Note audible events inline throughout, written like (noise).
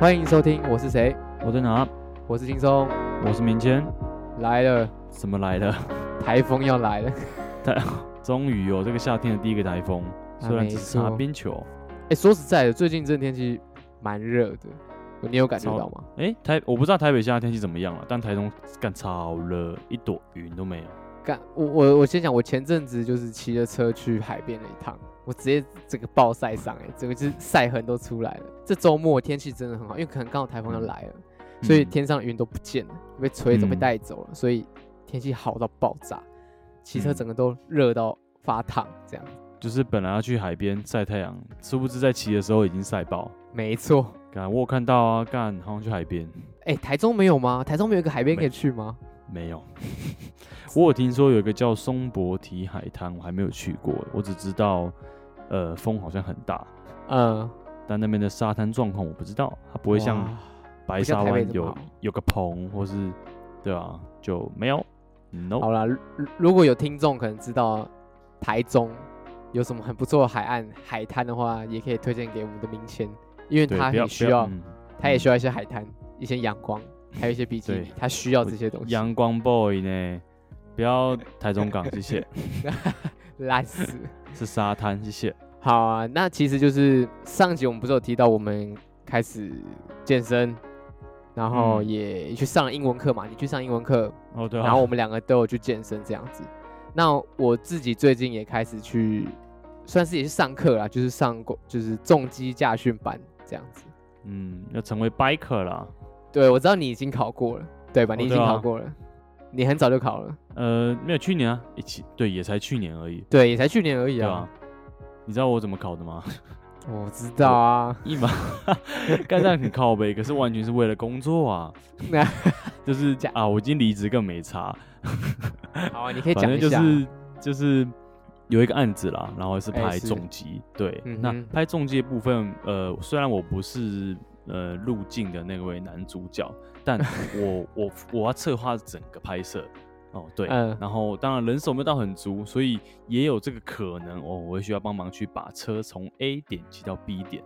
欢迎收听，我是谁？我在哪？我是轻松，我是民间，来了，怎么来的？台风要来了。 (laughs) 终于有这个夏天的第一个台风，啊虽然没只是擦错边球。哎、说实在的，最近这天气蛮热的，你有感觉超到吗？哎、台我不知道台北现在天气怎么样了，但台中干超热，一朵云都没有。干，我我我先讲，我前阵子就是骑着车去海边了一趟，我直接整个暴晒伤，哎，整个就是晒痕都出来了。这周末天气真的很好，因为可能刚好台风要来了，所以嗯天上的云都不见了，被吹走、被嗯带走了，所以天气好到爆炸，骑车嗯整个都热到发烫，这样。就是本来要去海边晒太阳，殊不知在骑的时候已经晒爆。没错，干，我有看到啊，干，好像去海边哎、台中没有吗？台中没有一个海边没可以去吗？没 (laughs) 有。我有听说有一个叫松柏体海滩，我还没有去过，我只知道，呃，风好像很大，嗯，但那边的沙滩状况我不知道，它不会像哇白不像沙台北湾这么有好有个棚，或是对啊，就没有。No，好啦，如如果有听众可能知道台中有什么很不错的海岸海滩的话，也可以推荐给我们的明谦，因为对，他不要很需不要要，嗯他也嗯需要一些海滩、一些阳光，还有一些比基尼 (laughs) 对，他需要我这些东西。阳光 boy 呢，不要台中港，(laughs) 谢谢，烂死！是沙滩，谢谢。好啊，那其实就是上集我们不是有提到我们开始健身，然后嗯也去上了英文课嘛，你去上英文课，哦，对啊，然后我们两个都有去健身这样子。那我自己最近也开始去，算是也是上课啦，就是上过就是重机驾训班这样子。嗯，要成为 biker 啦。对，我知道你已经考过了，对吧？哦你已对经啊考过了，你很早就考了，呃，没有去年啊，一起对，也才去年而已，对，也才去年而已对啊啊。。你知道我怎么考的吗？ (laughs) 我知道啊，一 (laughs) 马，干这样很靠背，可是完全是为了工作啊。 (laughs) 那就是假啊，我已经离职更没差，好啊，你可以反讲正一就下。是就是有一个案子啦，然后是哎拍是重机，对，嗯那哼拍重机的部分，呃，虽然我不是呃入境的那位男主角，但 (laughs) 我我我要策划整个拍摄。哦，对，嗯然后当然人手没有到很足，所以也有这个可能哦，我会需要帮忙去把车从 A 点骑到 B 点，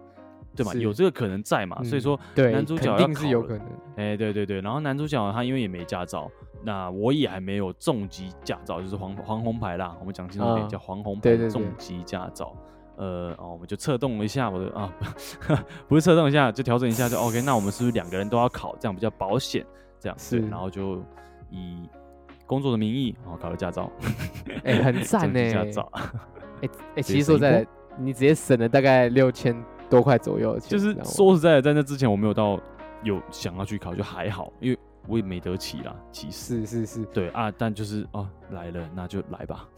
对吧？是有这个可能在嘛，所嗯以说对，男主角肯要定是考有了可能。哎，对对对，然后男主角他因为也没驾照，那我也还没有重机驾照，就是黄黄红牌啦，我们讲清楚一点，嗯叫黄红对牌对对重机驾照。呃，哦，我们就策动了一下我的啊， (laughs) 不不是策动一下，就调整一下，就 OK。那我们是不是两个人都要考，这样比较保险？这样对是然后就以工作的名义，哦，考了驾照，哎、 (laughs) 很赞重呢、机驾欸。照，哎、哎直其接实说省一在，你直接省了大概六千多块左右的钱，就你是知道吗说实在的，在那之前我没有到有想要去考，就还好，因为我也没得骑啦，其实。是是是，对啊，但就是哦来了，那就来吧。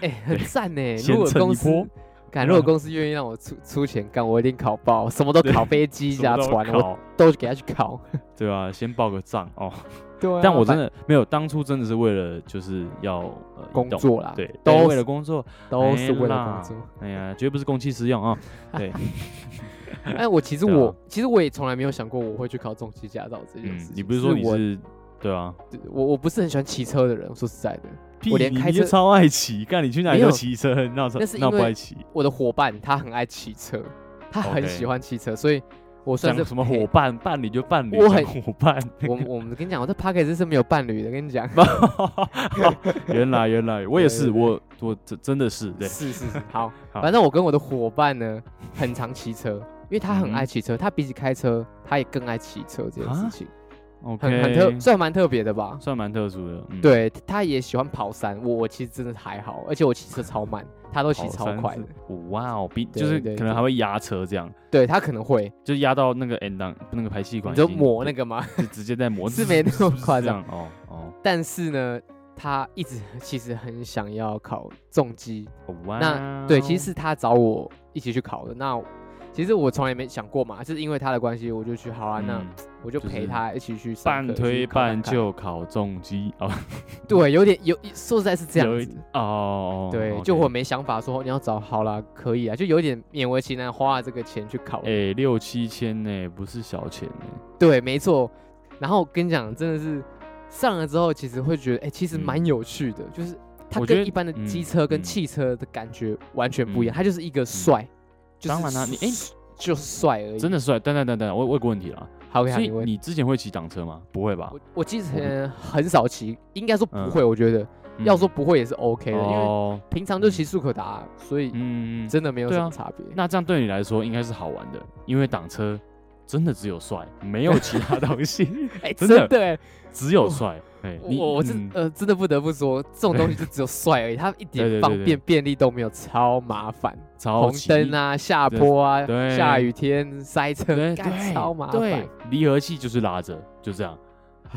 哎、很赞呢。先如果蹭公一司波，干，对如果啊公司愿意让我出出钱干，我一定考爆，什么都对考，飞机什加么都船，啊我考都给他去考。对吧、先报个账哦。对啊但我真反的没有，当初真的是为了就是要呃移工动作啦，对，都都是为了工作。都是哎为了啦工作。哎呀，绝不是公器 (laughs) 私用啊、对，哎，我其实 (laughs) 对啊我其实我也从来没有想过我会去考重机驾照这件嗯事情。，你不是说你我是对啊？我我不是很喜欢骑车的人，我说实在的，屁我连你开你就车超爱骑，干你去哪里没有都骑车，那那是因那不为爱骑。我的伙伴他很爱骑车，他很 OK 喜欢骑车，所以我算讲是什么陪 (laughs) 伙伴，伴侣就伴侣，我讲很伙伴。 (laughs) 我我们跟你讲，我在 p a r k e 是没有伴侣的，跟你讲。原来原来，我也对是，对对我我真真的是对，是 (laughs) 是是，好。好反正我跟我的伙伴呢，很常骑车，因为他很嗯爱骑车，他比起开车，他也更爱骑车这件事情，很很特， OK，算蛮特别的吧。算蛮特殊的。嗯，对，他也喜欢跑山，我我其实真的还好，而且我骑车超慢，他都骑跑超山快是的。哇哦，比对就是对可能对还会压车这样，对他可能会，就压到那个 N 档那个排气管你已就经，磨那个嘛。就直接在磨，是没那么夸张是不是这样哦 (laughs) 但是呢，他一直其实很想要考重机，哦，哇哦，那对，其实是他找我一起去考的。那其实我从来没想过嘛，就是因为他的关系，我就去好啊，那嗯我就就是陪他一起去上半课推去考看半看就考重机哦对，有点有说实在是这样有一子，哦，对， OK 就我没想法说你要找好啦，可以啊，就有点勉为其难花了这个钱去考，哎六七千呢，不是小钱呢，对，没错。然后跟你讲，真的是上了之后，其实会觉得，哎、其实蛮嗯有趣的，就是它我觉跟得一般的嗯机车跟嗯汽车的感觉完全不一样，嗯它就是一个帅，就是当然啦你哎帅就是帅而已。真的帅。等等等等，我我有个问题啦，好，所以我你之前会骑挡车吗？不会吧我？我其实很少骑，应该说不会。我觉得嗯要说不会也是 OK 的，因为哦，平常就骑速可达，所以嗯，真的没有什对么啊差 (laughs) 别。那这样对你来说应该是好玩的，因为挡车真的只有帅，没有其他东 (laughs) 西，哎，真真的的哎，只有帅。哎，你我我真嗯呃真的不得不说，这种东西就只有帅而已，它一点对对对方对便便利都没有，超麻烦。超红级灯，啊，下坡啊，对下雨天塞车，对干对，超麻对烦。，离合器就是拉着，就这样。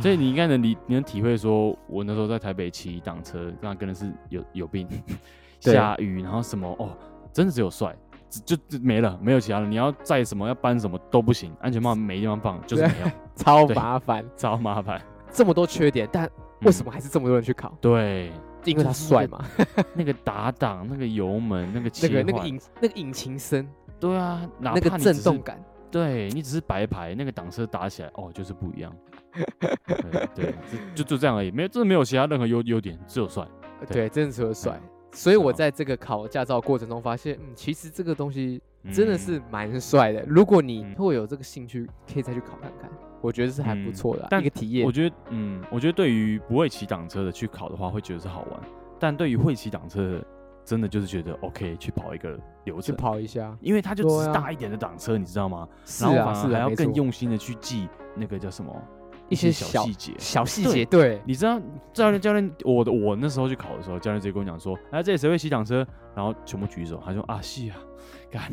所以你应该能理，你能体会说，我那时候在台北骑挡车，那真的是有有病， (laughs) 对下雨，然后什么哦，真的只有帅，只就就没了，没有其他的。你要载什么，要搬什么都不行，安全帽没地方放，就是没有，超对麻烦，超麻烦。这么多缺点，但 (laughs) 为什嗯么？还是这么多人去考？对，因为他就是那帅个嘛，那个打档，那个油门，那个切那个换，那个引那个引擎声，对啊，哪那个怕你震只是动感，对你只是白牌，那个挡车打起来哦，就是不一样。对，对就就就这样而已，没有，真的没有其他任何优优点，只有帅。对，真的除了帅嗯。所以我是啊在这个考驾照过程中发现，嗯，其实这个东西嗯真的是蛮帅的。如果你嗯会有这个兴趣，可以再去考看看，我觉得是还不嗯错的啊、但一个体我验。觉得，嗯，我觉得对于不会骑挡车的去考的话，会觉得是好玩；但对于会骑挡车的，真的就是觉得 OK 去跑一个流去程，跑一下，因为它就只对是啊大一点的挡车，你知道吗？是然后啊，反是而还啊，要没更错用心的去记那个叫什么一些小细节。小细对节，对，你知道教练教练，我的我那时候去考的时候，教练直接跟我讲说，哎、这里谁会骑挡车？然后全部举手，他说啊是啊， (laughs) 干，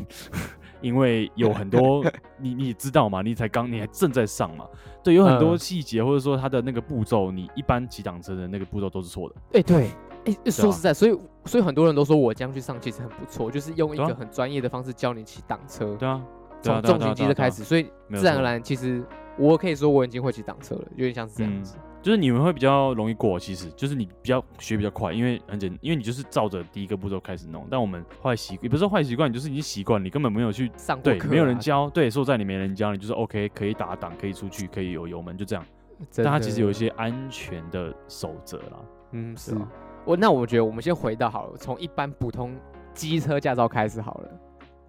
因为有很 (laughs) 多你你也知道嘛，你才刚你还正在上嘛，对，有很多嗯细节或者说他的那个步骤，你一般骑挡车的那个步骤都是错的，哎、对，哎、说啊实在，所以所以很多人都说我这样去上其实很不错，就是用一对啊个很专业的方式教你骑挡车，对啊，对从啊对啊重对啊型机对啊车对啊开始，所以没有自然错而然，其实我可以说我已经会骑挡车了，有点像是这嗯样子。就是你们会比较容易过，其实就是你比较学比较快，因为很简，因为你就是照着第一个步骤开始弄。但我们坏习也不是说坏习惯，你就是已经习惯，你根本没有去上过对，课、啊，没有人，教，对，说在你没人教，你就是 OK，可以打档，可以出去，可以有油门，就这样。真但的它其实有一些安全的守则啦，嗯是是吧。？我那我觉得我们先回到好了，从一般普通机车驾照开始好了，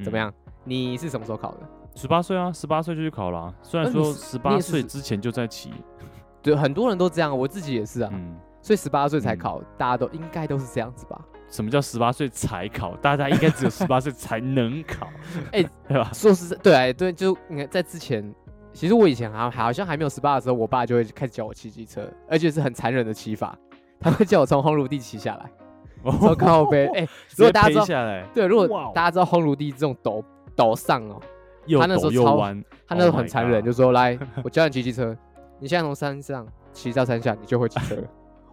怎嗯么样？你是什么时候考的？十八岁啊，十八岁就去考啦。虽然那你说是十你八也是岁十啊之前就在骑，对，很多人都这样，我自己也是啊，嗯，所以十八岁才嗯考，大家都应该都是这样子吧？什么叫十八岁才考？大家应该只有十八岁才能考， (laughs) 哎对吧？ (laughs) 说实在，对啊对，就你看在之前，其实我以前好像好像还没有十八的时候，我爸就会开始教我骑机车，而且是很残忍的骑法，他会叫我从红炉地骑下来，超靠 (laughs) 背。哎、如直接果大家知飞道，下来，对，如哇果哦大家知道红炉地这种陡陡上哦，又他那时候陡又超弯，他那时候 Oh my 很残忍 God 就说 (laughs) 来，我教你骑机车，你现在从山上骑到山下，你就会骑 (laughs) 车了。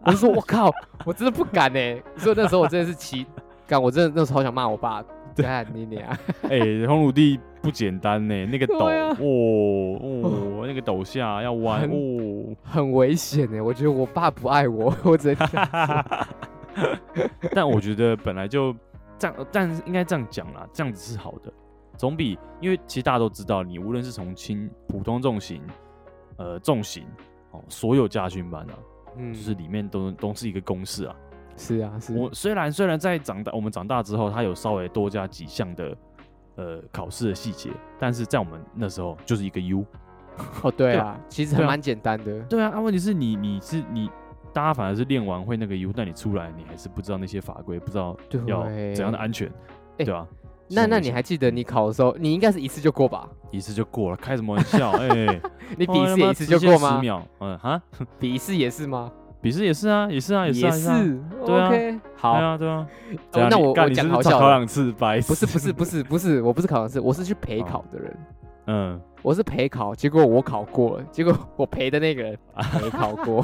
我就说，我靠，我真的不敢呢、欸所以那时候我真的是骑，干，我真的那时候好想骂我爸，干你你啊，哎、红鲁地不简单呢，那 (laughs) 个对陡啊哦哦，那个陡下要弯很哦。很危险呢、我觉得我爸不爱我， (laughs) 我只能 (laughs) 这样说。但我觉得本来就这样，但是应该这样讲啦，这样子是好的，总比因为其实大家都知道，你无论是从轻普通重型，呃重型哦，所有家训班啊，嗯就是里面都都是一个公式啊。是啊，是我虽然虽然在长大，我们长大之后，它有稍微多加几项的呃考试的细节，但是在我们那时候就是一个 U。哦，对对啊，其实还对啊蛮简单的，对啊，那、问题是你你是你，大家反而是练完会那个 U，但你出来你还是不知道那些法规，不知道对要怎样的安全，哎对啊？那那所以你还记得你考的时候，你应该是一次就过吧？一次就过了，开什么玩 (laughs) 笑？哎、你哦笔他试也妈一次直就线过十吗？秒，嗯哈，笔试也是吗？笔试也是啊，也是啊，也是啊，也也是啊是对啊，OK，好对，啊，对啊。哦怎样那你我干我你是讲不好是考笑考的，两次，白不是不是不是，是不是，我不是考的是，我是去陪哦考的人，嗯，我是陪考，结果我考过了，结果我陪的那个人没考过，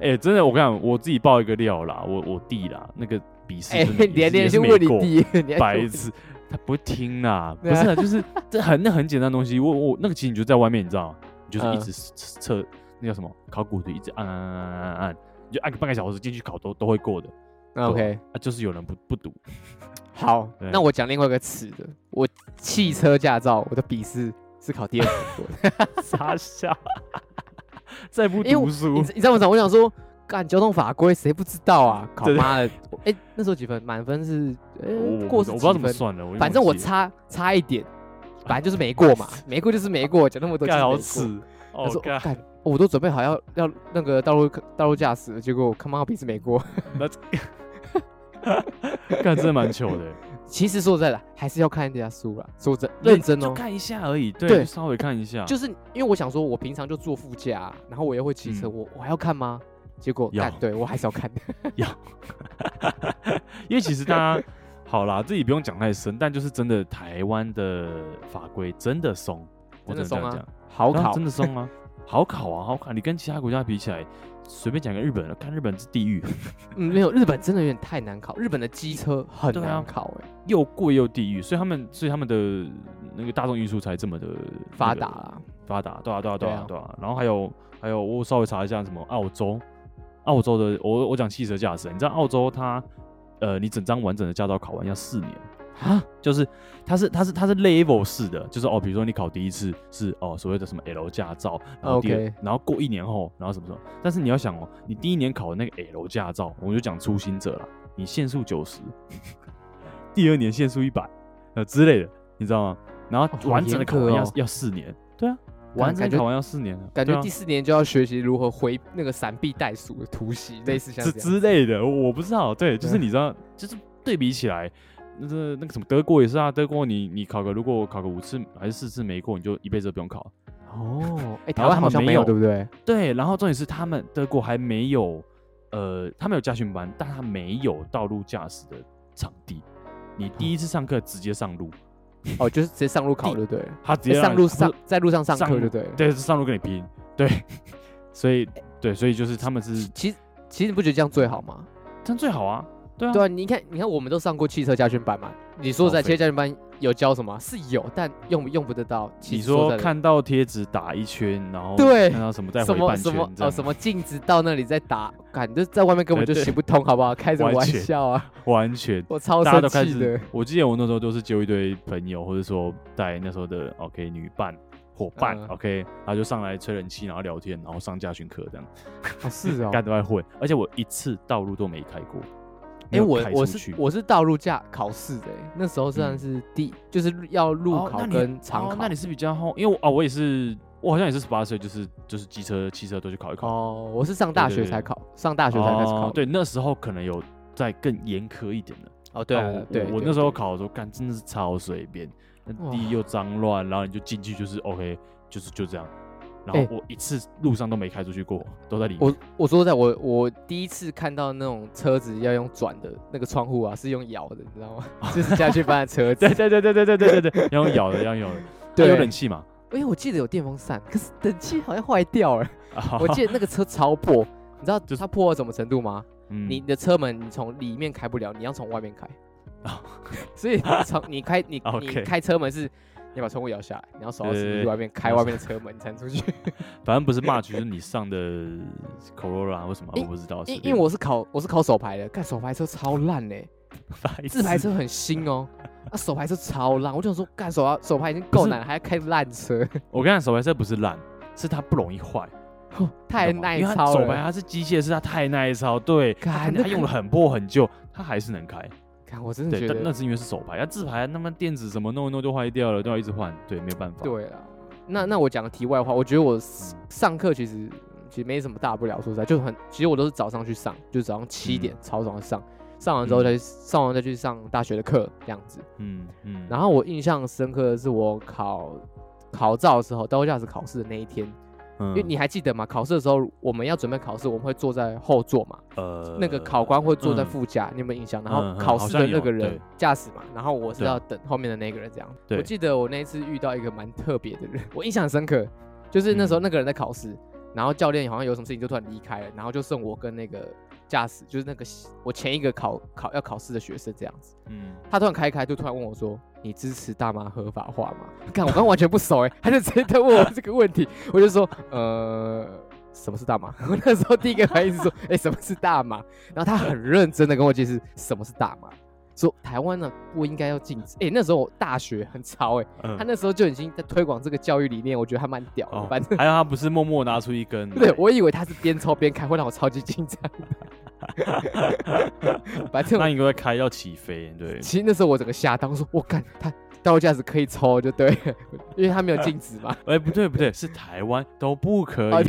哎、真的，我跟你讲，我自己爆一个料啦，我我弟啦，那个笔试哎，真的也你还你还是，也是去没问你过弟，你还去白问痴，他不会听啦，不对啊是啊，就是这很那很简单的东西，我我那个其实你就在外面，你知道吗，你就是一直测测那叫什么考古的，一直按按按按按按，你就按个半个小时进去考都都会过的那 OK，啊，就是有人不不读，好，对那我讲另外一个词的，我汽车驾照，我的笔试是考第二名过的。傻笑，再不因为我读书你知你知道我想，我想说，干交通法规谁不知道啊？考对妈的！我哎、那时候几分？满分是呃、我我不过知是我不知几道怎么分？算的，反正我差差差一点，本来就是没过嘛，没过就是没过，讲那么多就是干好没过。耻，我哦说干干、我都准备好要要那个道路道路驾驶了，结果他妈我笔试没过。 (laughs) 干真的蛮糗的，其实说实在的，还是要看人家书啦，说真对认真就哦。看一下而已，对，对就稍微看一下，就是因为我想说，我平常就坐副驾、啊然后我又会骑车，嗯我我还要看吗？结果要干，对我还是要看。 (laughs) 因为其实大家好啦，自己不用讲太深，但就是真的台湾的法规真的松，我真的这松样啊讲，好对啊考真，的 (laughs) 松啊，好考啊，好考！你跟其他国家比起来，随便讲个日本，看日本是地狱，嗯，没有日本真的有点太难考，日本的机车很对啊难考哎、又贵又地狱，所以他们所以他们的那个大众运输才这么的发达啦，发达，对啊对啊对对啊啊对啊。然后还有还有，我稍微查一下什么澳洲，澳洲的我我讲汽车驾驶，啊你知道澳洲它呃，你整张完整的驾照考完要四年。啊，就是它是它是它是 level 式的，就是哦，比如说你考第一次是哦所谓的什么 L 驾照，然后第二 OK 然后过一年后，然后什么什么，但是你要想哦，你第一年考的那个 L 驾照，我们就讲初心者啦，你限速九十， (laughs) 第二年限速一百，呃之类的，你知道吗？然哦后好完整的严考格完要、哦要四年，对啊，感完整感的觉考完要四年啊，感对觉啊第四年就要学习如何回那个闪避袋鼠的突袭，类似像之这样。嗯之类的，我不知道。对，就是对你知道，就是对比起来，那个那个什么德国也是啊，德国你你考个如果考个五次还是四次没过，你就一辈子都不用考。 (laughs) 哦，哎、然台后湾他好们像没没有，有对不 (laughs) 对？对，然后重点是他们德国还没有，呃，他们有家训班，但他没有道路驾驶的场地。你第一次上课直接上路，哦，就是直接上路考，对不对？他直接哎让上你路他上在路上上上课路就对了。对上路跟你拼，对， (laughs) 所以对，所以就是他们是其实其实你不觉得这样最好吗？这样最好啊，对啊，对啊，你看，你看，我们都上过汽车家训班嘛。你说实在浪费汽车家训班有教什么？啊是有，但用用不得到。其你实说说实在的看到贴纸打一圈，然后对看到什么再什回么半什圈，么这哦样什么镜子到那里再打，感觉在外面根本就对对行不通，好不好？开什么完玩全笑啊！完全我超大家都生开气始 (laughs) 的。。我记得我那时候都是揪一堆朋友，或者说带那时候的 OK 女伴伙伴、嗯 OK，然后就上来吹冷气，然后聊天，然后上家训课这样，哦是哦 (laughs) 干、，都在混。而且我一次道路都没开过，哎，没有我开我出去是我是道路驾考试的，哎那时候算嗯是第就是要路哦考那你跟常哦考那。你是比较后，因为我哦我也是，我好像也是十八岁，就是就是机车、汽车都去考一考。哦，我是上对大对学对才考，上大学才开始哦考。对，那时候可能有再更严苛一点的。哦，对啊啊对，我我对那时对候考的时候，干真的是超随便，那哇地又脏乱，然后你就进去就是 OK，就是就这样。然哎后我一次路上都没开出去过，都在里面我。我说实在我我第一次看到那种车子要用转的那个窗户啊，是用摇的，你知道吗？ (laughs) 就是家训班的车子对。对对对对对对对对，要用咬的，(laughs) 要用咬的。它对有冷气嘛？因为我记得有电风扇，可是冷气好像坏掉了。我记得那个车超破，你知道哦就是它破到什么程度吗？嗯你的车门你从里面开不了，你要从外面开哦。所以从你开 (laughs) 你你 OK 开车门是，你要把窗户摇下来，你要手到对对十对哦米外面开我外 (laughs) 面的车门，你才能出去。反正不是骂，就是你上的 Corolla 啊或什么，我因不知道。因因为我是考我是考手排的，看手排车超烂嘞、自排车很新 (laughs) 哦，啊，手排车超烂，我就想说，干手啊，手排已经够难了，还要开烂 (laughs) 车，我跟你讲，手排车不是烂，是它不容易坏，太你懂吗啊耐因为它操手排了。它是机械式，它太耐操，对，它干可能那它个用的很破很旧，它还是能开。看，我真的对，觉但那得，是因为是手牌，它自牌那么电子什么弄一弄就坏掉了，都要一直换，对，没有办法。，对了，那那我讲个题外话，我觉得我上课其实嗯其实没什么大不了，说实在，就很，其实我都是早上去上，就早上七点嗯超早上上，上完之后再去上完再去上大学的课这样子。嗯嗯，然后我印象深刻的是我考考照的时候，道路驾驶考试的那一天，因因为你还记得吗？考试的时候我们要准备考试，我们会坐在后座嘛。呃那个考官会坐在嗯副驾，你有没有印象？然嗯后嗯考好试像的有那个人对驾驶嘛，然后我是对要等后面的那个人这样。对我记得我那一次遇到一个蛮特别的人， (laughs) 我印象很深刻，就是那时候嗯那个人在考试，然后教练好像有什么事情就突然离开了，然后就剩我跟那个驾驶，就是那个我前一个考考要考试的学生这样子。嗯，他突然开一开，就突然问我说：“你支持大麻合法化吗？”看我刚完全不熟哎、 (laughs) 他就直接在问我这个问题，我就说：“呃，什么是大麻？” (laughs) 我那时候第一个反应是说：“ (laughs) 哎、什么是大麻？”然后他很认真的跟我解释什么是大麻，说台湾呢不应该要禁止。哎、那时候我大学很潮哎、嗯他那时候就已经在推广这个教育理念，我觉得他蛮屌的。哦反正，还有他不是默默拿出一根 (laughs) 对我以为他是边抽边开，会让我超级紧张的。反正我 (laughs) 那应该会开要起飞，对， (laughs) 其实那时候我整个吓到，我说我干他道路驾驶可以抽就对 (laughs) 了，因为他没有禁止嘛，哎、不对不对，是台湾都不可哦以。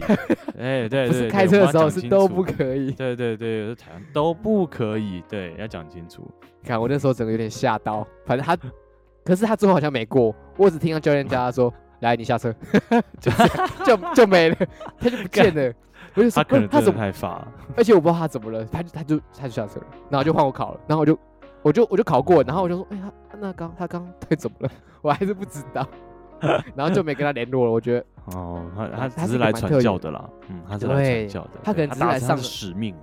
哎、(laughs) 对 (laughs) 对不对，是开车的时候是都不以。可以。对对对，是台湾都不可以，对，要讲清楚。看我那时候整个有点吓到，反正他，可是他最后好像没过，我只听到教练叫他说：“来，你下车。 (laughs) 就这样”就就没了， (laughs) 他就不见了。我就说他可嗯能他真的怎么？太发了，而且我不知道他怎么了，他就他就他就下车了，然后就换我考了，然后我就我就我就考过，然后我就说：“哎、他那刚他刚 (laughs) 对怎么了？我还是不知 (laughs) 道。”然后就没跟他联络了。我觉得哦，他他他只是是个来蛮传特教有的啦，嗯，他是对来传教的，他可对能只是达来成上他了使命，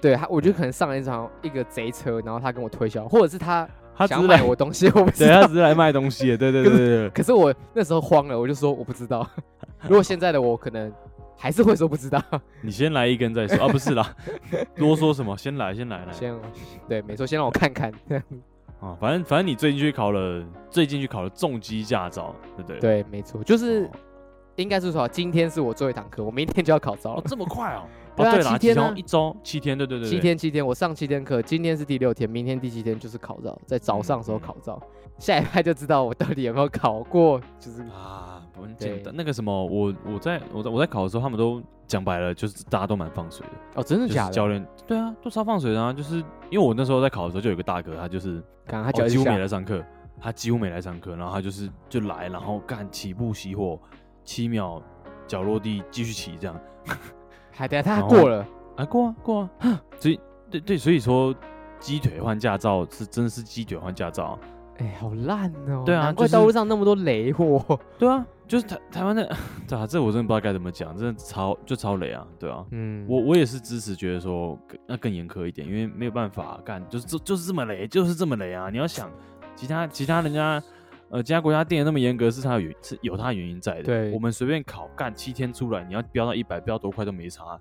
对他，我觉得嗯可能上了一场一个贼车，然后他跟我推销，或者是他他只想是要卖来，我东西，我 (laughs) 不知 (laughs) 对，道他。只是来卖东西的，对对对对对，可是我那时候慌了，我就说我不知道。如果现在的我，可能还是会说不知道。你先来一根再说啊，不是 (laughs) 啦，多说什么？先来，先来，来 (laughs) 先对，没错，先让我看 (laughs) 看。啊，反正反正你最近去考了，最近去考了重机驾照，对不对？对，没错，就是哦应该是说，今天是我最后一堂课，我明天就要考照哦了，。这么快 (laughs) 哦？对哦，啊对七啦，天其中啊一周七天，对对对，七对，天，七天，我上七天课，今天是第六天，明天第七天就是考照，在早上的嗯时候考照，下礼拜就知道我到底有没有考过，就是啊，不很对简单。那个什么，我我在我在我在考的时候，他们都讲白了，就是大家都蛮放水的，哦，真的就假是教的？练对啊，都超放水的啊。就是因为我那时候在考的时候，就有一个大哥，他就是刚他哦脚几一乎没下，来上课，他几乎没来上课，然后他就是就来，然后干起步熄火，七秒脚落地继续骑这样，还等下他然后过了，啊过啊过啊，哼所以对对，所以说鸡腿换驾照是真的是鸡腿换驾照啊、哎，好烂哦！对啊难怪就是道路上那么多雷货。对啊，就是台台湾的， (laughs) 对啊，这我真的不知道该怎么讲，真的超就超雷啊，对啊， (laughs) 嗯，我我也是支持，觉得说更那更严苛一点，因为没有办法干，就是就就是这么雷，就是这么雷啊！你要想其他其他人家呃其他国家定的那么严格，是他有原是有他的原因在的。对我们随便考干七天出来，你要飙到一百，飙多快都没差，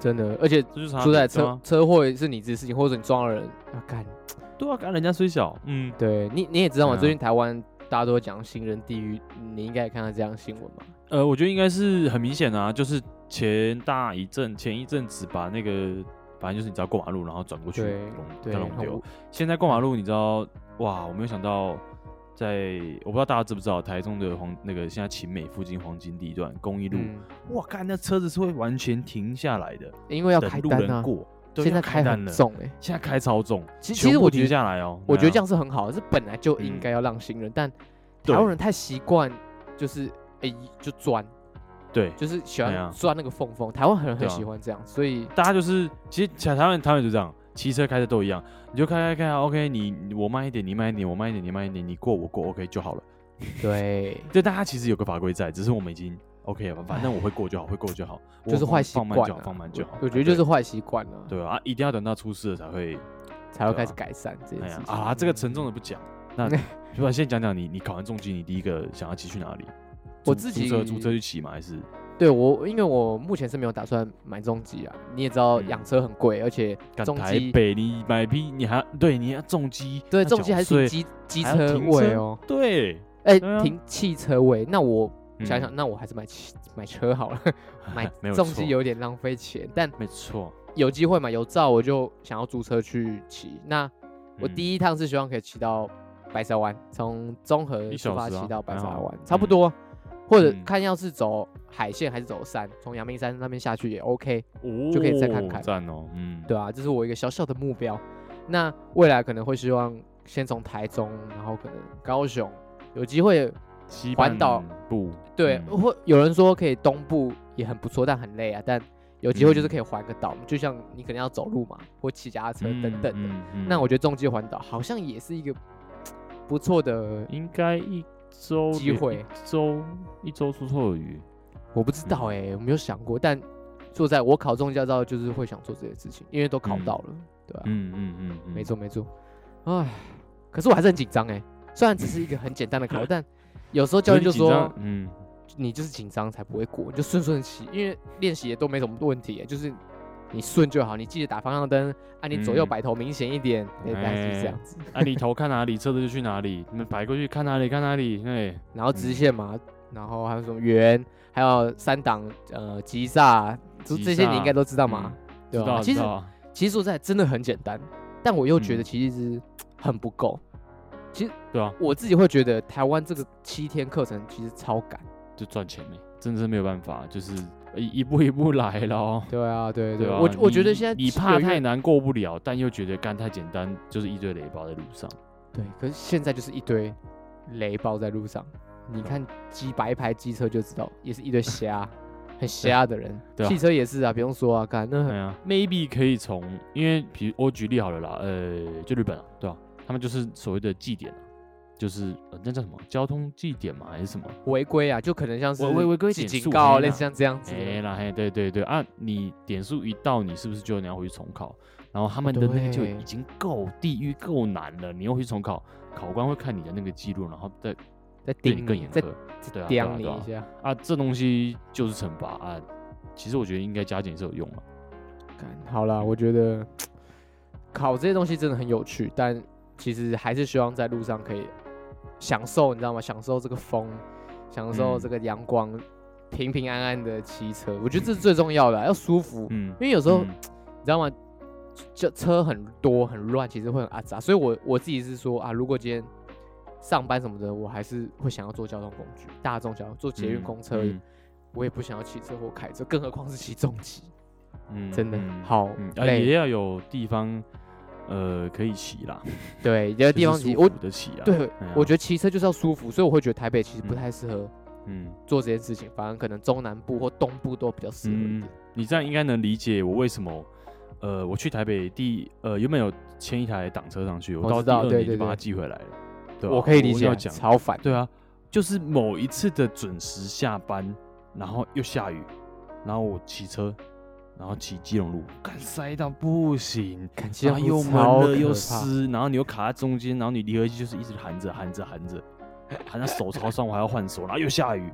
真的，而且这就是差别。出在对车啊车祸是你自己的事情，或者你撞了人啊，干，对啊，干人家虽小，嗯，对你你也知道嘛，对啊最近台湾大家都讲行人地狱，你应该也看到这样的新闻嘛？呃，我觉得应该是很明显啊，就是前大一阵前一阵子把那个反正就是你只要过马路，然后转过去对龙对，再龙很流无，现在过马路，你知道哇？我没有想到在，我不知道大家知不知道，台中的黄那个现在勤美附近黄金地段公益路，嗯，哇，看那车子是会完全停下来的，因为要等开路单人啊，过。对现要在开单很了，重哎、现在开超重，其全其实部我觉停得下来哦。我觉得这对啊嗯样是很好的，是本来就应该要让行人，但对台湾人太习惯就是哎、就钻，对，就是喜对啊欢钻那个缝缝，台湾很对很啊喜欢这样，所以大家就是其实台台湾台湾就这样，骑车开车都一样，你就开开开，OK，你你我慢一点，你慢一点，我慢一点，你慢一点，你过我过，OK 就好了。对，对，大家其实有个法规在，只是我们已经 OK 了，反正我会过就好，会过就好，我就是放坏习放慢惯就好，啊放慢就好。我觉得对就是坏习惯了，对啊，一定要等到出事了才会。才会对啊开始改善这哎件事呀情啊，这个沉重的不讲， (laughs) 那不然先讲讲你，你考完重机，你第一个想要骑去哪里？我租自租己车租车去骑吗？还是对我，因为我目前是没有打算买重机啊。你也知道嗯养车很贵，而且干重台机北？你买批你还对你要重机，对要重机缴还是税机机还要车停位车哦，对，哎对啊停汽车位。那我想嗯哎想，那我还是买汽买车好了，买没有重错机有点浪费钱，但没错，有机会嘛，有照我就想要租车去骑。那我嗯第一趟是希望可以骑到白沙湾，从中和一出小发时啊骑到白还沙好湾，差不嗯多，或者嗯看要是走海线还是走山，从阳明山那边下去也 OK。哦就可以再看看赞哦，嗯，对啊，这是我一个小小的目标。那未来可能会希望先从台中，然后可能高雄，有机会西环半岛部，对，嗯或有人说可以东部也很不错，但很累啊。但有机会就是嗯可以环个岛，就像你可能要走路嘛，或骑脚踏车呃等等的。嗯嗯那我觉得中继环岛好像也是一个不错的，应该一周机连会一周一周出错的鱼，我不知嗯道哎、我没有想过。但说实在，我考中驾照就是会想做这些事情，因为都考嗯到了，对啊。嗯嗯嗯嗯，没错没错，唉，可是我还是很紧张哎。虽然只是一个很简单的 (laughs) 考，但有时候教所以练你就紧张，说嗯，你就是紧张才不会过，你就顺顺骑，因为练习也都没什么问题欸，就是你顺就好，你记得打方向灯，啊，你左右嗯摆头明显一点，对，大概是哎这样子。啊，你头看哪里，车子就去哪里，你们摆过去看哪里看哪里，哎，然后直线嘛，嗯然后还有什么圆，还有三档呃急刹，就急这些你应该刹都知道嘛嗯，对知吧？道其知实道，其实说实在真的很简单，但我又觉得嗯其实很不够。对啊，我自己会觉得台湾这个七天课程其实超赶。就赚钱呢，真的是没有办法，就是一一步一步来咯。对啊，对对啊，我我你觉得现在你七怕个月太难过不了，但又觉得干太简单，就是一堆雷包在路上。对，可是现在就是一堆雷暴在路上，你啊看鸡白牌机车就知道，也是一堆 (laughs) 瞎，很瞎的人。对啊汽车也是啊，不用说啊，干那对很啊，maybe 可以从，因为比如我举例好了啦，呃，就日本啊，对啊，他们就是所谓的祭典啊，就是、呃那叫什么交通祭典嘛，还是什么？违规啊，就可能像是违违违规记减警速告，嘿类啦似像这样子的。哎啦嘿，对对对啊，你点数一到，你是不是就你要回去重考？然后他们的那个就哦对已经够地狱够难了，你又回去重考，考官会看你的那个记录，然后再再对顶你你更严再格对啊对啊刁你对啊一下。啊。这东西就是惩罚啊。其实我觉得应该加减是有用的，干好啦，我觉得考这些东西真的很有趣，但其实还是希望在路上可以享受，你知道吗？享受这个风，享受嗯这个阳光，平平安安的骑车，我觉得这是最重要的啊、要舒服。嗯，因为有时候嗯你知道吗？这车很多很乱，其实会很阿杂，所以我我自己是说啊，如果今天上班什么的，我还是会想要坐交通工具，大众交通，坐捷运、嗯公车，嗯我也不想要骑车或开车，更何况是骑重机，嗯真的嗯好嗯啊，累也要有地方，呃，可以骑啦，对，有的地方骑，骑，我的骑啊，对哎呀，我觉得骑车就是要舒服，所以我会觉得台北其实不嗯太适合嗯做这件事情，反而可能中南部或东部都比较适合一嗯点。，你这样应该能理解我为什么，呃，我去台北第呃原本有牵一台挡车上去，我我到知第道二对年就对把它对寄回来了，对吧啊我可以理要解，讲，超烦。对啊，就是某一次的准时下班，然后又下雨，然后我骑车。然后骑基隆路，干塞到不行，感谢然后啊又闷了又湿，然后你又卡在中间，然后你离合器就是一直含着含着含着，含到手超酸，我还要换手，然后又下雨，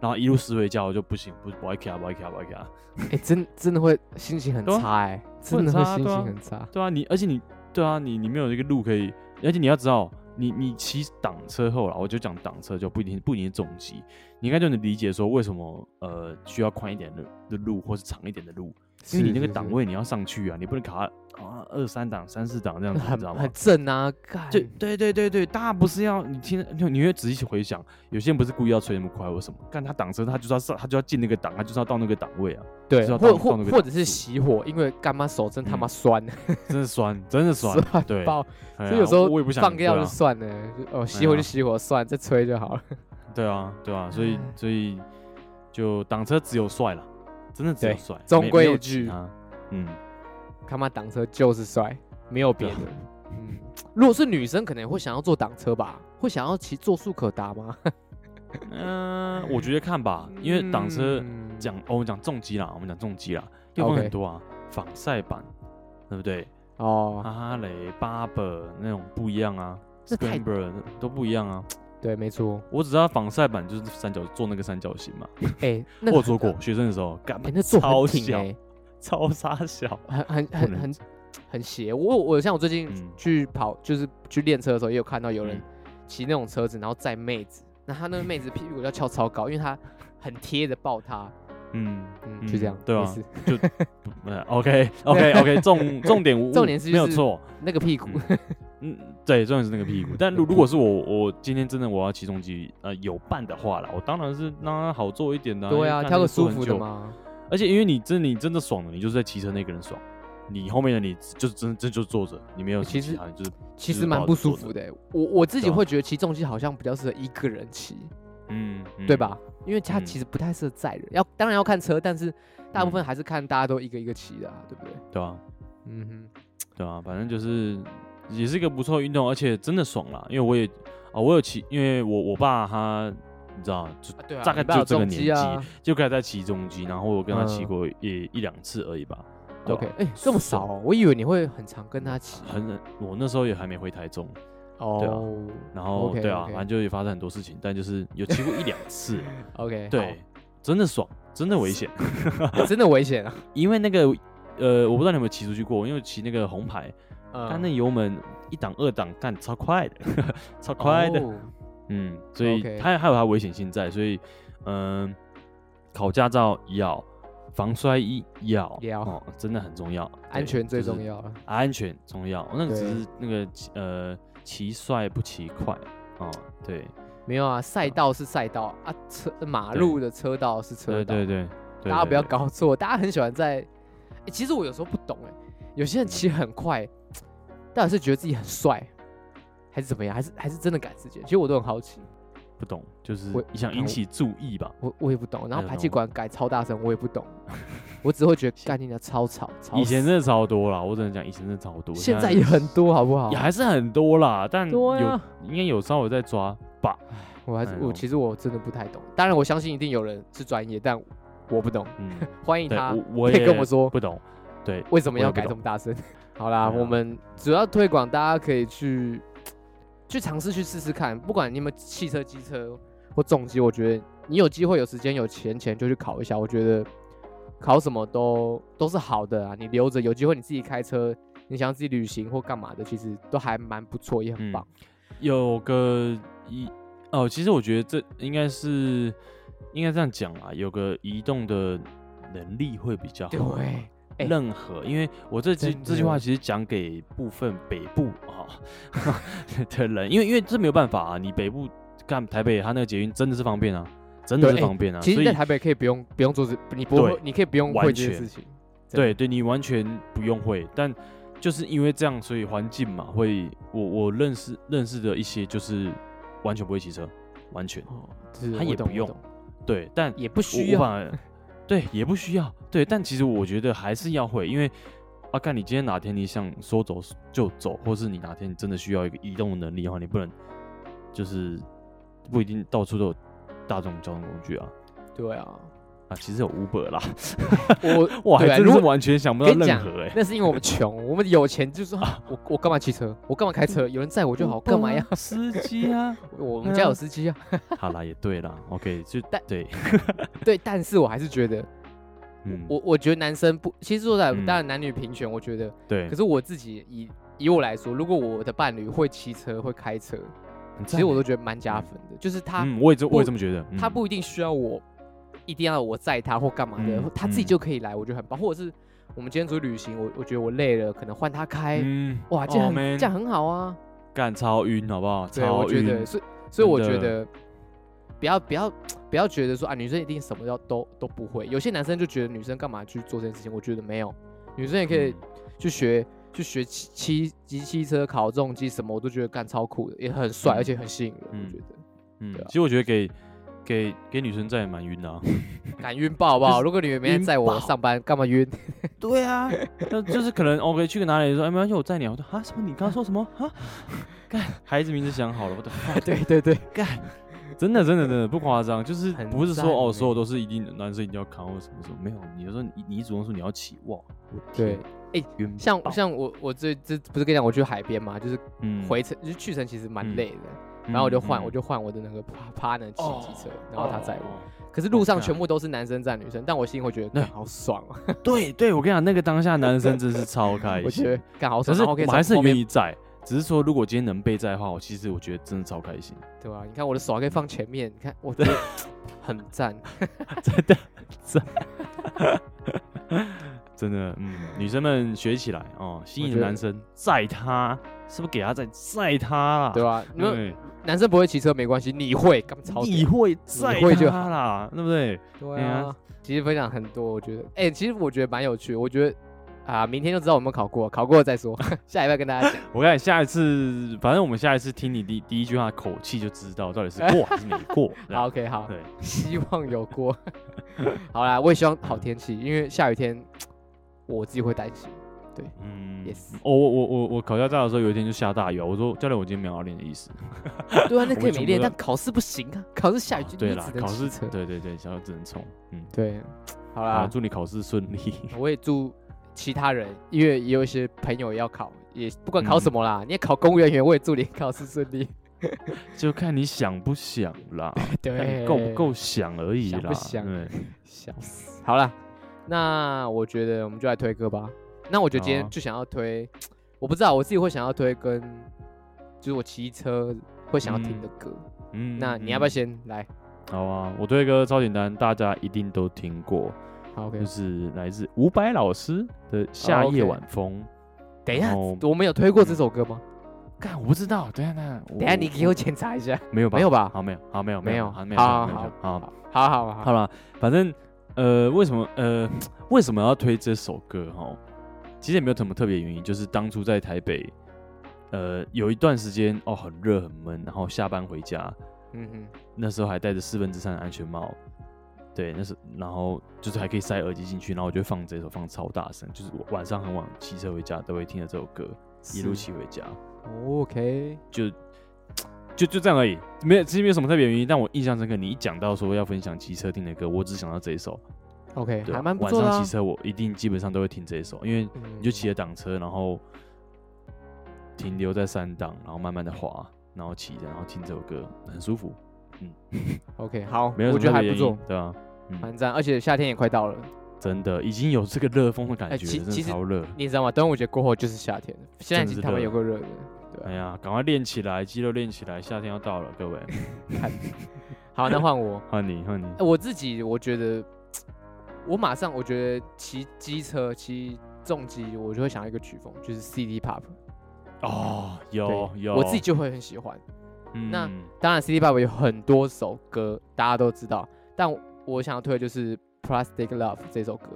然后一路湿回家，我就不行，不不爱啊卡，不爱卡，不爱卡。哎，真真的会心情很对啊差哎，会真很的会差啊心对啊情很差。对啊，你而且你对啊，你你没有一个路可以，而且你要知道，你你骑挡车后啦，我就讲挡车就不一定不一定是重机，你应该就能理解说为什么呃需要宽一点的的路或是长一点的路，因为你那个是档是位你要上去啊，你不能卡啊二三档三四档这样子，你知道很吗很？正啊，干对对对对对，大家不是要你听，你你会仔细回想，有些人不是故意要吹那么快或什么，干他挡车，他就是要上，他就要进那个档，他就是要到那个档 (laughs) 位啊，对知，道或到到或那个或者是度熄火，因为干妈手真他妈嗯酸，真的酸，真的酸，对，爆。哎呀所以有时候我我也不想放对掉啊就算了，就哦熄火就啊熄火，算了再吹就好了。对啊，对啊，所以唉所以就挡车只有帅了，真的只有对帅，终没归没有一句其他嗯，他妈挡车就是帅，没有别的对。啊嗯，如果是女生，可能会想要坐挡车吧，会想要骑坐速可达吗？ (laughs) 嗯、我觉得看吧，因为挡车嗯讲、哦，我们讲重机啦，我们讲重机啦，又分 OK 很多啊，仿赛版，对不对？哦，哈雷、巴本那种不一样啊这太，Scrambler 都不一样啊。对，没错。我只知道仿赛版就是三角做那个三角形嘛，哎，那个我有很做，过，学生的时候，干哎，那坐超很挺小哎，超沙小，很很不很能很很斜。我我像我最近嗯去跑，就是去练车的时候，也有看到有人嗯骑那种车子，然后载妹子，那他那个妹子屁股要翘超高，因为她很贴着抱他，嗯嗯，就这样，对没啊，事就 OK (laughs) (laughs) OK OK，重重点无误重点是没有就是错，那个屁股， (laughs) 嗯，对，重点是那个屁股。但如如果是我，我今天真的我要骑重机，呃，有伴的话啦，我当然是让它好坐一点的、对因为啊，干挑那个坐舒很服的久？嘛。而且因为你真你真的爽了，你就是在骑车那个人爽，你后面的你就是真真就坐着，你没有什么其实他的就是其就实是蛮抱不着舒坐服着的欸、我我自己对啊会觉得骑重机好像比较适合一个人骑，嗯，嗯对？吧？因为它嗯其实不太适合载人，要当然要看车，但是大部分还是看大家都一个一个骑的、啊，对不对？对啊，嗯哼，对啊，反正就是也是一个不错的运动，而且真的爽啦。因为我也啊，我有骑，因为我我爸他你知道，就啊对啊，大概你爸有就这个重年机啊。就开始在骑重机，然后我跟他骑嗯过也一两次而已吧。对吧 OK，哎、这么少哦、我以为你会很常跟他骑。很我那时候也还没回台中，对啊哦然后 OK，对啊， OK 反正就也发生很多事情，但就是有骑过一两 (laughs) 次， ，OK，对，真的爽，真的危险，好，真的危险啊。因为那个呃，我不知道你有没有骑出去过，因为骑那个红牌， (laughs) 但那嗯油门一档二档干超快的， (laughs) 超快的，哦嗯，所以 OK 它还有它的危险性在，所以嗯、考驾照要，防摔衣要，要哦，真的很重要，安对全最就是重要了。安全重要，那个只对是那个骑呃骑帅不骑快啊、对没有啊，赛道是赛道啊，车马路的车道是车对道，对对，对大家不要。对对搞错，大家很喜欢在、欸其实我有时候不懂哎、有些人骑很快，到底是觉得自己很帅，还是怎么样，还是还是真的赶时间？其实我都很好奇，不懂，就是我想看引我起注意吧。我我也不懂。然 I don't 后 know 排气管改超大声，我也不 (laughs) 懂，我只会觉得干你的超吵，吵以前死真的超多啦，我只能讲以前真的超多，现在也很多，好不好也？还是很多啦，但有对啊应该有稍微在抓吧。我还是 I don't 我 know 其实我真的不太懂。当然我相信一定有人是专业，但我不懂， (laughs) 嗯，欢迎对，他我我可也以跟我说不懂，对，为什么我也要不改懂这么大声？ (laughs) 好啦，对啊我们主要推广，大家可以去去尝试去试试看，不管你有没有汽车、机车或重机，我觉得你有机会、有时间、有钱钱就去考一下。我觉得考什么都都是好的啊，你留着，有机会你自己开车，你想要自己旅行或干嘛的，其实都还蛮不错，也很嗯棒。有个移哦，其实我觉得这应该是应该这样讲啦，有个移动的能力会比较对好。，哎任何，因为我这句真的这句话其实讲给部分北部啊、 (laughs) 的人，因为因为这没有办法啊，你北部干台北，它那个捷运真的是方便啊，真的对是哎方便啊，其所实，在以台北可以不用不用做这，你不会对，你可以不用会完这件全事情。真的对对，你完全不用会，但就是因为这样，所以环境嘛，会我我认识认识的一些就是完全不会骑车，完全哦，就是他我也懂不我用懂对，但也不我需我要反而对也不需要对，但其实我觉得还是要会，因为啊，看你今天哪天你想说走就走，或是你哪天你真的需要一个移动的能力的话，你不能就是不一定到处都有大众交通工具啊对 (laughs) 啊，啊，其实 (laughs) 有 Uber 啦，我哇，还对啊真如是果完全想不到跟你任讲何哎、，那是因为我们穷，我们有钱就说啊我我干嘛骑车，我干嘛开嗯车，有人载我就好，干嘛呀？？ (laughs) 司机啊，我们家有司机啊。好啦，也对啦 o k 就但对，对，但是我还是觉得，嗯，我我觉得男生不，其实说实在，嗯当然男女平权，我觉得。对可，是我自己以以我来说，如果我的伴侣会骑车会开车，很其赞实我欸都觉得蛮加分的，就是他嗯，我也这我不也这么觉得，他嗯不一定需要我，一定要我载他或干嘛的嗯，他自己嗯就可以来，我觉得很棒。或者是我们今天出去旅行，我我觉得我累了，可能换他开，嗯，哇，这样哦很 man 这样很好啊。干超晕，好不好？对，我超觉得，晕。所以所以我真觉的得不要不要不要觉得说啊，女生一定什么都都都不会。有些男生就觉得女生干嘛去做这件事情，我觉得没有，女生也可以嗯去学、去学骑骑骑汽车、考重机什么，我都觉得干超酷的，也很帅，嗯而且很吸引人。嗯我觉得 (laughs) 嗯对啊其实我觉得给给给女生在也蛮 (laughs) 晕的啊。敢晕爆好不好？就是如果你们明天晕载我爆上班，干嘛晕？ (laughs) 对啊，那就是可能 OK 去个哪里说，哎，没关系，我载你啊。我说啊，什么？你刚刚说什么？啊， (laughs) 干，孩子名字想好了，我的 (laughs) 对对对，真的真的真的不夸张，就是很不是说赞哦，欸所有都是一定男生一定要扛或什么什么，没有，你就说你你主动说你要骑，哇，我对天，哎晕像爆像我我这这不是跟你讲我去海边嘛，就是嗯回程、就是去程其实蛮嗯累的，嗯然后我就换、嗯我就换我的那个 partner 骑哦机车，然后他载我。哦可是路上我看全部都是男生站女生，嗯但我心里会觉得，对干好爽啊！ (laughs) 对对，我跟你讲，那个当下男生真是超开 (laughs) 心。我觉得干好可爽，是然后我可以们从还是后很愿面意载，只是说如果今天能被载的话，我其实我觉得真的超开心，对啊吧、你看我的手还可以放前面，你看我真的很 (laughs) 赞。真的赞，真的，嗯，女生们学起来哦，心仪我的觉得男生载他，是不是给他载载他啦？对吧、你们对，男生不会骑车没关系，你会，干超屌你会载会就他啦，对不对？对哎啊呀。其实分享很多，我觉得，哎、其实我觉得蛮有趣的。我觉得啊，明天就知道我们考过，考过了再说， (laughs) 下礼拜跟大家讲。我看下一次，反正我们下一次听你第第一句话的口气就知道到底是过还是没过。这 (laughs) 样好，，OK，好， (laughs) 对，希望有过。 (laughs) 好啦，我也希望好天气，因为下雨天我自己会担心。嗯 Yes 哦，我我我我考驾照的时候，有一天就下大雨啊。我说教练，我今天没有要练的意思。 (laughs) 对啊，那我可以没们全部练，都但考试不行啊， (laughs) 考试下雨哦就对你啦只，能考骑试车。对对对，小只能冲。嗯， (laughs) 对，啊好好，啦，祝你考试顺 (laughs) 利。我也祝其他人，因为也有一些朋友也要考，也不嗯管考什么啦，你也考公务人员，我也祝你考试顺 (laughs) 利。就看你想不想啦， (laughs) 看对，你够不够想而已想不啦。想 (laughs) 对，笑死？好啦，那我觉得我们就来推歌吧。那我觉得今好天啊就想要推，我不知道我自己会想要推跟，就是我骑车会想要听的歌。嗯那你要不要嗯先来？好啊，我推歌超简单，大家一定都听过，好，OK 就。是来自伍佰老师的《夏啊哦，OK 夜晚风》。等一下然后，嗯我们有推过这首歌吗？干，我不知道，等一下等一下，等一下你给我检查一下。没有吧？没有吧好，没有，好，没有，没有好，没有，好，好没有好好，好好好好了，反正呃，为什么呃，为什么要推这首歌哈？其实也没有什么特别原因，就是当初在台北，呃，有一段时间哦很热很闷，然后下班回家，嗯哼，那时候还戴着四分之三的安全帽，对，那时然后就是还可以塞耳机进去，然后我就会放这首放超大声，就是我晚上很晚骑车回家都会听着这首歌，一路是骑回家， OK，就就就这样而已，没有其实没有什么特别原因，但我印象深刻，你一讲到说要分享骑车听的歌，我只想到这一首。 OK，对啊还蛮不晚错的、上啊骑。车我一定基本上都会听这一首，因为嗯你就骑着挡车，然后停留在三档，然后慢慢的滑，然后骑着，然后听这首歌，很舒服， OK，好，没有我什么觉得特还别不原因错，对啊，蛮赞。而且夏天也快到了，真的已经有这个热风的感哎觉，其真的其实超热。你知道吗？端午节过后就是夏天了，现在已经真的是他热妈有够热的。哎呀，赶快练起来，肌肉练起来，夏天要到了，(laughs) 各位，好，那换我。换你，换你，哎我自己我觉得，我马上我觉得骑机车、骑重机，我就会想到一个曲风，就是 CD pop。哦，有对，有，我自己就会很喜欢。那嗯当然，CD pop 有很多首歌，大家都知道，但我我想要推的就是《Plastic Love》这首歌，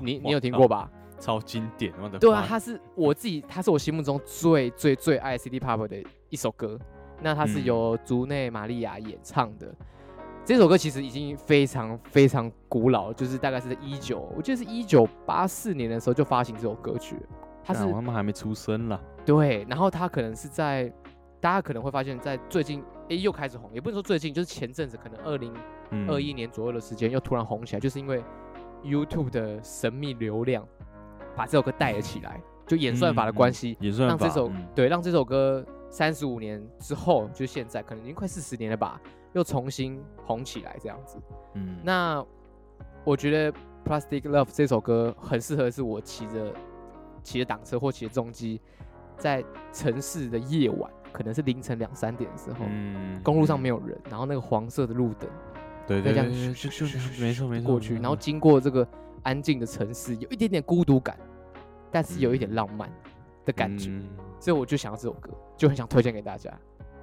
你你有听？过 (laughs) 哇吧？超经典，我的对啊，妈它是我自己，它是我心目中最最最爱 CD pop 的一首歌。那它是嗯由竹内玛利亚演唱的。这首歌其实已经非常非常古老，就是大概是在一九，我记得是一九八四年的时候就发行这首歌曲了。它是干我他妈还没出生啦，对，然后他可能是在，大家可能会发现，在最近诶又开始红，也不能说最近，就是前阵子可能二零嗯二一年左右的时间又突然红起来，就是因为 YouTube 的神秘流量把这首歌带了起来，就演算法嗯的关系，也算让这吧首、嗯对让这首歌三十五年之后，就现在可能已经快四十年了吧，又重新红起来这样子。嗯那我觉得《Plastic Love》这首歌很适合是我骑着骑着挡车或骑着重机，在城市的夜晚，可能是凌晨两三点的时候，嗯公路上没有，有人，然后那个黄色的路灯对再对这样对对，咻就咻就咻咻是没错没嗯错，过去，没然后错经过这个安静的城市，有一点点孤独感，但是有一点嗯浪漫的感觉，嗯所以我就想要这首歌，就很想推荐给大家。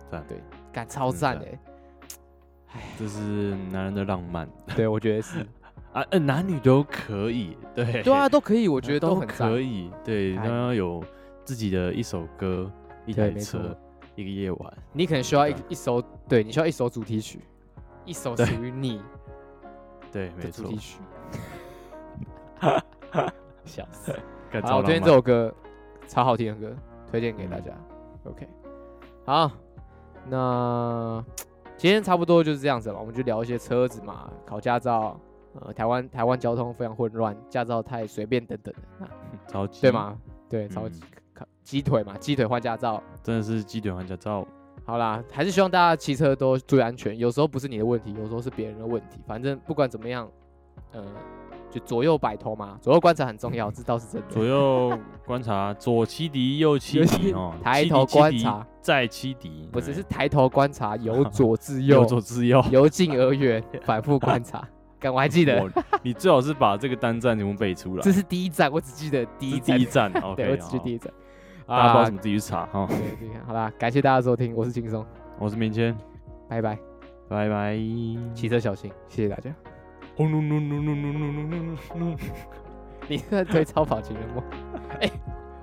赞对，感超真赞赞 (laughs) 哎、这是男人的浪漫对，我觉得是，啊，呃，男女都可以，对对啊，，都可以，我觉得哎都很赞可。以，对，哎都要有自己的一首歌、一对台没车错、一个夜晚，你可能需要一对一首，对你需要一首主题曲，一首对属于你对，的没主错题， (laughs) 曲。 (laughs) 笑死！干好，超我推荐浪这漫。首歌，超好听的歌，推荐给大家。OK，好，那今天差不多就是这样子了，我们就聊一些车子嘛，考驾照，呃，台湾台湾交通非常混乱，驾照太随便等等的，那超级对？吗？对，超嗯级考鸡腿嘛，鸡腿换驾照，真的是鸡腿玩 (laughs) 家照，好啦，还是希望大家骑车都注意安全。有时候不是你的问题，有时候是别人的问题。反正不管怎么样，呃，就左右摆头嘛，左右观察很重要，这倒是真的。左右观察，左欺敌，右欺右敌欺哦，抬欺头敌欺观敌察再欺敌，不只对是抬头观察， (laughs) 由左至右，右左之右。由近而 (laughs) 远，反复观察。干，我还记得，我你最好是把这个单站全部背出来。这是第一站，我只记得第这一是站第一，(laughs) 站，OK，对，我只记得好第一站。大家不知道啊怎么自己去查哈。对对，好啦，感谢大家收听，我是轻松，我是明谦，拜拜，(laughs) 拜拜。嗯骑车小心，谢谢大家。哦轰隆隆隆隆隆隆隆隆隆。你是在推超跑情人梦？ (laughs) 哎、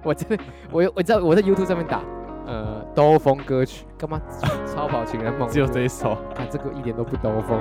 我真的，我有我知道我在 YouTube 上面打，呃， (laughs) 兜风歌曲，干嘛？超跑情人梦，只有这一首。看这个一点都不兜风。